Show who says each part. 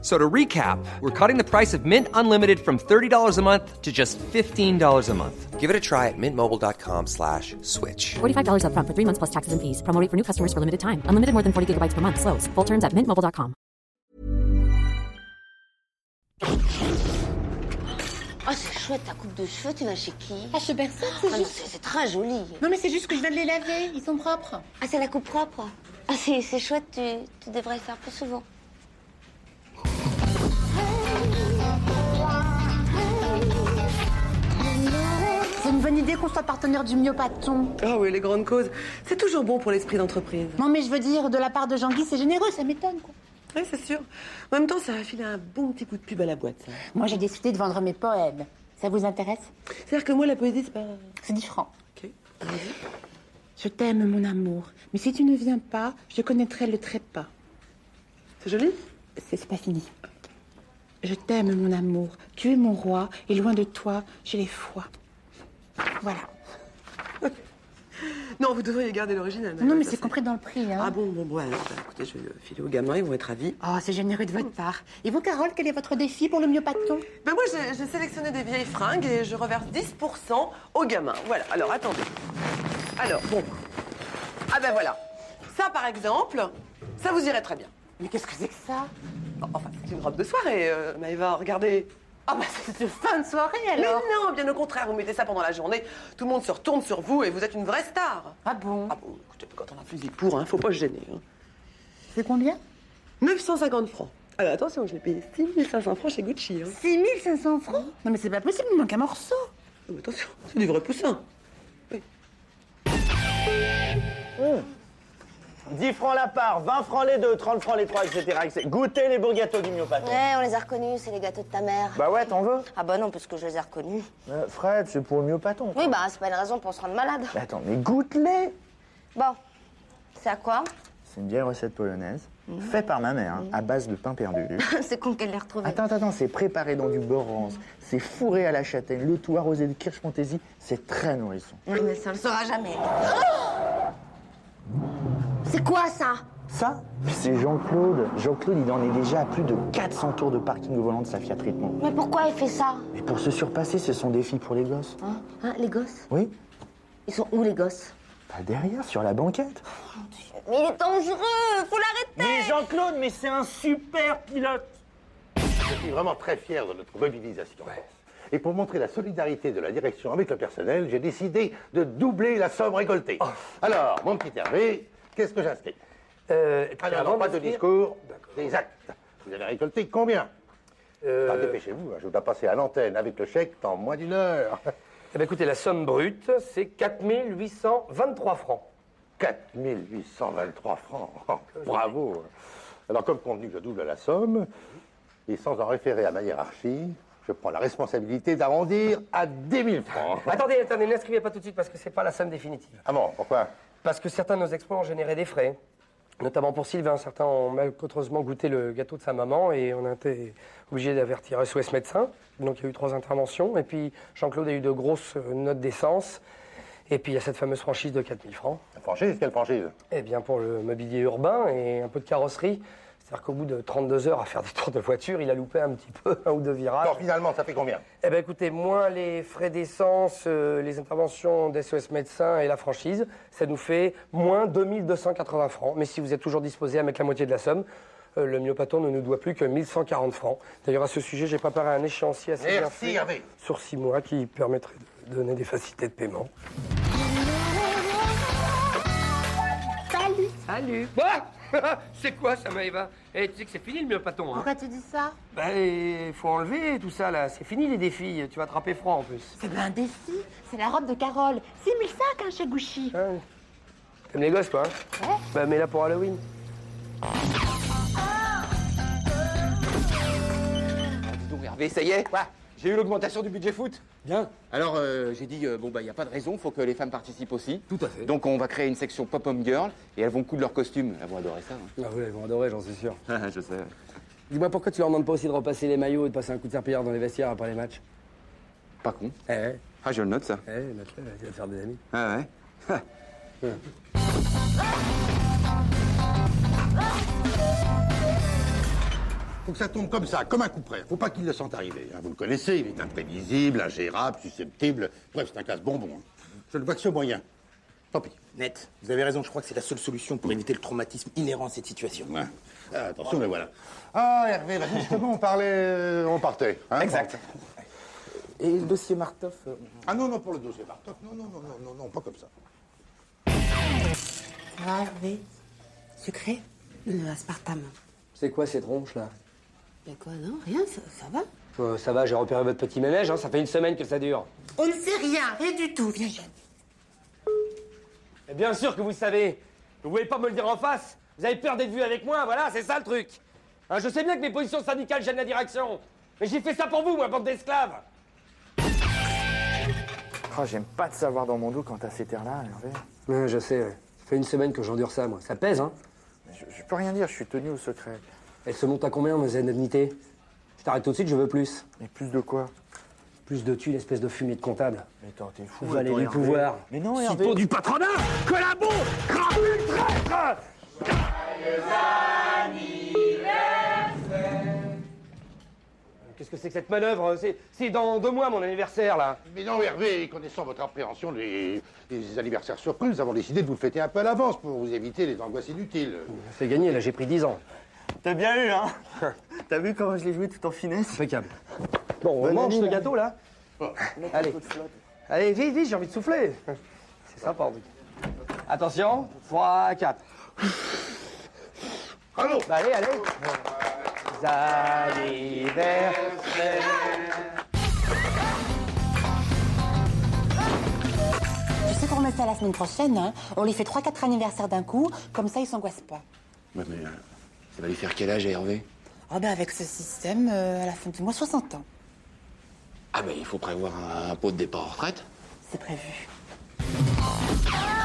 Speaker 1: So to recap, we're cutting the price of Mint Unlimited from $30 a month to just $15 a month. Give it a try at mintmobile.com slash switch.
Speaker 2: $45 upfront for three months plus taxes and fees. Promo rate for new customers for limited time. Unlimited more than 40 gigabytes per month. Slows. Full terms at mintmobile.com.
Speaker 3: Ah, c'est chouette ta coupe de cheveux, tu vas chez qui
Speaker 4: Ah, chez personne, c'est
Speaker 3: Ah non,
Speaker 4: juste.
Speaker 3: c'est c'est très joli.
Speaker 4: Non, mais c'est juste que je viens de les laver, ils sont propres.
Speaker 3: Ah, c'est la coupe propre. Ah, c'est c'est chouette, tu, tu devrais le faire plus souvent.
Speaker 4: C'est une bonne idée qu'on soit partenaire du myopathon.
Speaker 5: Ah oui, les grandes causes. C'est toujours bon pour l'esprit d'entreprise.
Speaker 4: Non, mais je veux dire, de la part de Jean-Guy, c'est généreux, ça m'étonne, quoi.
Speaker 5: Oui, c'est sûr. En même temps, ça va filer un bon petit coup de pub à la boîte. ça.
Speaker 4: Moi, j'ai décidé de vendre mes poèmes. Ça vous intéresse
Speaker 5: C'est-à-dire que moi, la poésie, c'est pas...
Speaker 4: C'est différent.
Speaker 5: Ok.
Speaker 4: Je t'aime, mon amour. Mais si tu ne viens pas, je connaîtrai le trépas.
Speaker 5: C'est joli
Speaker 4: C'est c'est pas fini. Je t'aime, mon amour. Tu es mon roi, et loin de toi, j'ai les foies. Voilà.
Speaker 5: Non, vous devriez garder l'original.
Speaker 4: Non, mais
Speaker 5: ça,
Speaker 4: c'est compris dans le prix, hein.
Speaker 5: Ah bon, bon, bon, alors, bah, écoutez, je vais le filer aux gamins, ils vont être ravis.
Speaker 4: Oh, c'est généreux de votre part. Et vous, Carole, quel est votre défi pour le myopathon
Speaker 5: Ben moi, j'ai j'ai sélectionné des vieilles fringues et je reverse 10% aux gamins. Voilà, alors attendez. Alors, bon. Ah ben voilà. Ça, par exemple, ça vous irait très bien.
Speaker 4: Mais qu'est-ce que c'est que ça
Speaker 5: Bon, Enfin, c'est une robe de soirée, euh, Maëva, regardez. Ah
Speaker 4: Oh, bah, c'est de fin de soirée,
Speaker 5: Mais
Speaker 4: alors
Speaker 5: non, bien au contraire, vous mettez ça pendant la journée, tout le monde se retourne sur vous et vous êtes une vraie star.
Speaker 4: Ah bon
Speaker 5: Ah bon, écoutez, quand on a fusé pour, hein, faut pas se gêner. hein.
Speaker 4: C'est combien
Speaker 5: 950 francs. Alors attention, je l'ai payé 6500 francs chez Gucci. Hein.
Speaker 4: 6500 francs Non mais c'est pas possible, il manque un morceau
Speaker 5: Ah, mais attention, c'est du vrai poussin.
Speaker 6: 10 francs la part, 20 francs les deux, 30 francs les trois, etc. etc. Goûtez les beaux gâteaux du myopathe.
Speaker 3: Ouais, on les a reconnus, c'est les gâteaux de ta mère.
Speaker 6: Bah ouais, t'en veux
Speaker 3: Ah bah non, parce que je les ai reconnus.
Speaker 6: Euh, Fred, c'est pour le myopathon.
Speaker 3: Oui, bah c'est pas une raison pour se rendre malade.
Speaker 6: Mais attends, mais goûte-les
Speaker 3: Bon, c'est à quoi
Speaker 6: C'est une vieille recette polonaise, faite par ma mère, hein, à base de pain perdu.
Speaker 3: C'est con qu'elle les retrouve.
Speaker 6: attends, attends, attends, c'est préparé dans du borance, c'est fourré à la châtaigne, le tout arrosé de kirsch fantaisie, c'est très nourrissant.
Speaker 3: Non, mais ça le saura jamais. C'est quoi ça
Speaker 6: Ça, c'est Jean-Claude. Jean-Claude, il en est déjà à plus de 400 tours de parking au volant de sa Fiat Ritmo.
Speaker 3: Mais pourquoi il fait ça
Speaker 6: Et pour se surpasser, c'est son défi pour les gosses.
Speaker 3: hein Hein, Les gosses
Speaker 6: Oui
Speaker 3: Ils sont où les gosses
Speaker 6: Bah derrière, sur la banquette.
Speaker 3: Mais il est dangereux, faut l'arrêter
Speaker 6: Mais Jean-Claude, mais c'est un super pilote
Speaker 7: Je suis vraiment très fier de notre mobilisation. Et pour montrer la solidarité de la direction avec le personnel, j'ai décidé de doubler la somme récoltée. Alors, mon petit Hervé, qu'est-ce que j'inscris Alors,
Speaker 8: avant
Speaker 7: pas de
Speaker 8: d'inscrire-
Speaker 7: discours, des actes. Vous avez récolté combien Bah, Dépêchez-vous, hein, je dois passer à l'antenne avec le chèque dans moins d'une heure.
Speaker 8: Eh bien, écoutez, la somme brute, c'est 4823 francs.
Speaker 7: 4823 francs. Bravo. hein. Alors, comme convenu, je double la somme. Et sans en référer à ma hiérarchie, je prends la responsabilité d'arrondir à 10 000 francs.
Speaker 8: Attendez, attendez, n'inscrivez pas tout de suite parce que c'est pas la somme définitive.
Speaker 7: Ah bon, pourquoi
Speaker 8: Parce que certains de nos exploits ont généré des frais. Notamment pour Sylvain, certains ont malheureusement goûté le gâteau de sa maman et on a été obligé d'avertir SOS médecin. Donc il y a eu trois interventions. Et puis Jean-Claude a eu de grosses euh, notes d'essence. Et puis il y a cette fameuse franchise de 4000 francs.
Speaker 7: La franchise Quelle franchise
Speaker 8: Eh bien, pour le mobilier urbain et un peu de carrosserie. C'est-à-dire qu'au bout de 32 heures à faire des tours de voiture, il a loupé un petit peu un ou deux virages.
Speaker 7: Alors finalement, ça fait combien
Speaker 8: Eh bien, écoutez, moins les frais d'essence, euh, les interventions d'SOS médecins et la franchise, ça nous fait moins 2280 francs. Mais si vous êtes toujours disposé à mettre la moitié de la somme, euh, le myopathon ne nous doit plus que 1140 francs. D'ailleurs, à ce sujet, j'ai préparé un échéancier assez bien
Speaker 7: Merci,
Speaker 8: fait
Speaker 7: Eh, Hervé.
Speaker 8: sur six mois qui permettrait de donner des facilités de paiement.
Speaker 4: Salut
Speaker 8: Salut Bah C'est quoi ça, Maëva Eh, tu sais que c'est fini le myopathon, hein
Speaker 4: Pourquoi tu dis ça
Speaker 8: Bah, il faut enlever tout ça, là. C'est fini les défis. Tu vas attraper froid, en plus.
Speaker 4: C'est pas un défi, c'est la robe de Carole. 6005 hein, chez Gucci.
Speaker 8: T'aimes les gosses, toi, hein
Speaker 4: Ouais.
Speaker 8: Bah, mais là pour Halloween.
Speaker 9: Hervé, ça y est Quoi
Speaker 10: J'ai eu l'augmentation du budget foot. Bien.
Speaker 7: Alors euh, j'ai dit, euh, bon bah il n'y a pas de raison, faut que les femmes participent aussi.
Speaker 10: Tout à fait.
Speaker 7: Donc on va créer une section pop-up girl et elles vont coudre leur costume. Elles vont adorer ça.
Speaker 10: Ah oui, elles vont adorer, j'en suis sûr.
Speaker 7: hein. Je sais.
Speaker 8: Dis-moi pourquoi tu leur demandes pas aussi de repasser les maillots et de passer un coup de serpillard dans les vestiaires après les matchs
Speaker 7: Pas con.
Speaker 8: Eh, ouais,
Speaker 7: Ah je le note ça.
Speaker 8: eh, ouais, note-le, tu vas te faire des amis.
Speaker 7: Ah ouais.
Speaker 11: Faut que ça tombe comme ça, comme un coup près. Faut pas qu'il le sente arriver. hein. Vous le connaissez, il est imprévisible, ingérable, susceptible. Bref, c'est un casse-bonbon. hein. Je le vois que ce moyen. Tant pis.
Speaker 12: Net, vous avez raison, je crois que c'est la seule solution pour éviter le traumatisme inhérent à cette situation.
Speaker 11: Ouais. Ah, attention, le voilà. Ah, Hervé, bah, justement, on parlait. euh, On partait. hein,
Speaker 12: Exact. Et le dossier Martov euh,
Speaker 11: on- Ah non, non, pour le dossier Bartok. Non, non, non, non, non, non, pas comme ça.
Speaker 13: Ah, Hervé Secret Le aspartame.
Speaker 8: C'est quoi ces tronches là
Speaker 13: Ben quoi, non Rien, ça, ça va
Speaker 8: Euh, Ça va, j'ai repéré votre petit ménage, hein, ça fait une semaine que ça dure.
Speaker 13: On ne sait rien, rien du tout, viens Jeanne.
Speaker 8: Et bien sûr que vous le savez. Vous pouvez pas me le dire en face. Vous avez peur d'être vu avec moi, voilà, c'est ça le truc. Hein, je sais bien que mes positions syndicales gênent la direction. Mais j'ai fait ça pour vous, moi, bande d'esclaves.
Speaker 6: Oh, j'aime pas te savoir dans mon dos quand t'as ces terres-là, Hervé.
Speaker 8: je sais, ça fait une semaine que j'endure ça, moi. Ça pèse, hein
Speaker 6: Mais Je, je peux rien dire, je suis tenu au secret.
Speaker 8: Elle se monte à combien, mes indemnités Je t'arrête tout de suite, je veux plus.
Speaker 6: Mais plus de quoi
Speaker 8: Plus de tu, l'espèce de fumier de comptable.
Speaker 6: Mais attends, t'es fou.
Speaker 8: Vous allez
Speaker 6: attends,
Speaker 8: du
Speaker 6: Hervé.
Speaker 8: pouvoir.
Speaker 6: Mais non,
Speaker 8: Suppôt
Speaker 6: Hervé.
Speaker 8: du patronat Collabo Crapule traître Euh, Qu'est-ce que c'est que cette manœuvre C'est- C'est dans deux mois mon anniversaire là
Speaker 11: Mais non, Hervé, connaissant votre appréhension des, des anniversaires surprises, nous avons décidé de vous le fêter un peu à l'avance pour vous éviter les angoisses inutiles.
Speaker 8: C'est gagné là, j'ai pris dix ans.
Speaker 6: T'as bien eu, hein T'as vu comment je l'ai joué tout en finesse
Speaker 8: Impeccable. Bon, on
Speaker 6: Bonne
Speaker 8: mange
Speaker 6: année, là.
Speaker 8: ce
Speaker 6: Oh,
Speaker 8: gâteau là Allez. Allez, vite, vite, j'ai envie de souffler. C'est sympa en tout cas. Attention, 3, 4.
Speaker 11: Allô
Speaker 8: Bah, allez, allez. Anniversaire.
Speaker 13: Tu sais qu'on met ça la semaine prochaine, hein On les fait 3-4 anniversaires d'un coup, comme ça ils s'angoissent pas.
Speaker 7: Ouais, mais euh, ça va lui faire quel âge à Hervé
Speaker 13: Ah ben avec ce système, euh, à la fin du mois, 60 ans.
Speaker 7: Ah ben il faut prévoir un, un pot de départ en retraite.
Speaker 13: C'est prévu.
Speaker 3: Ah.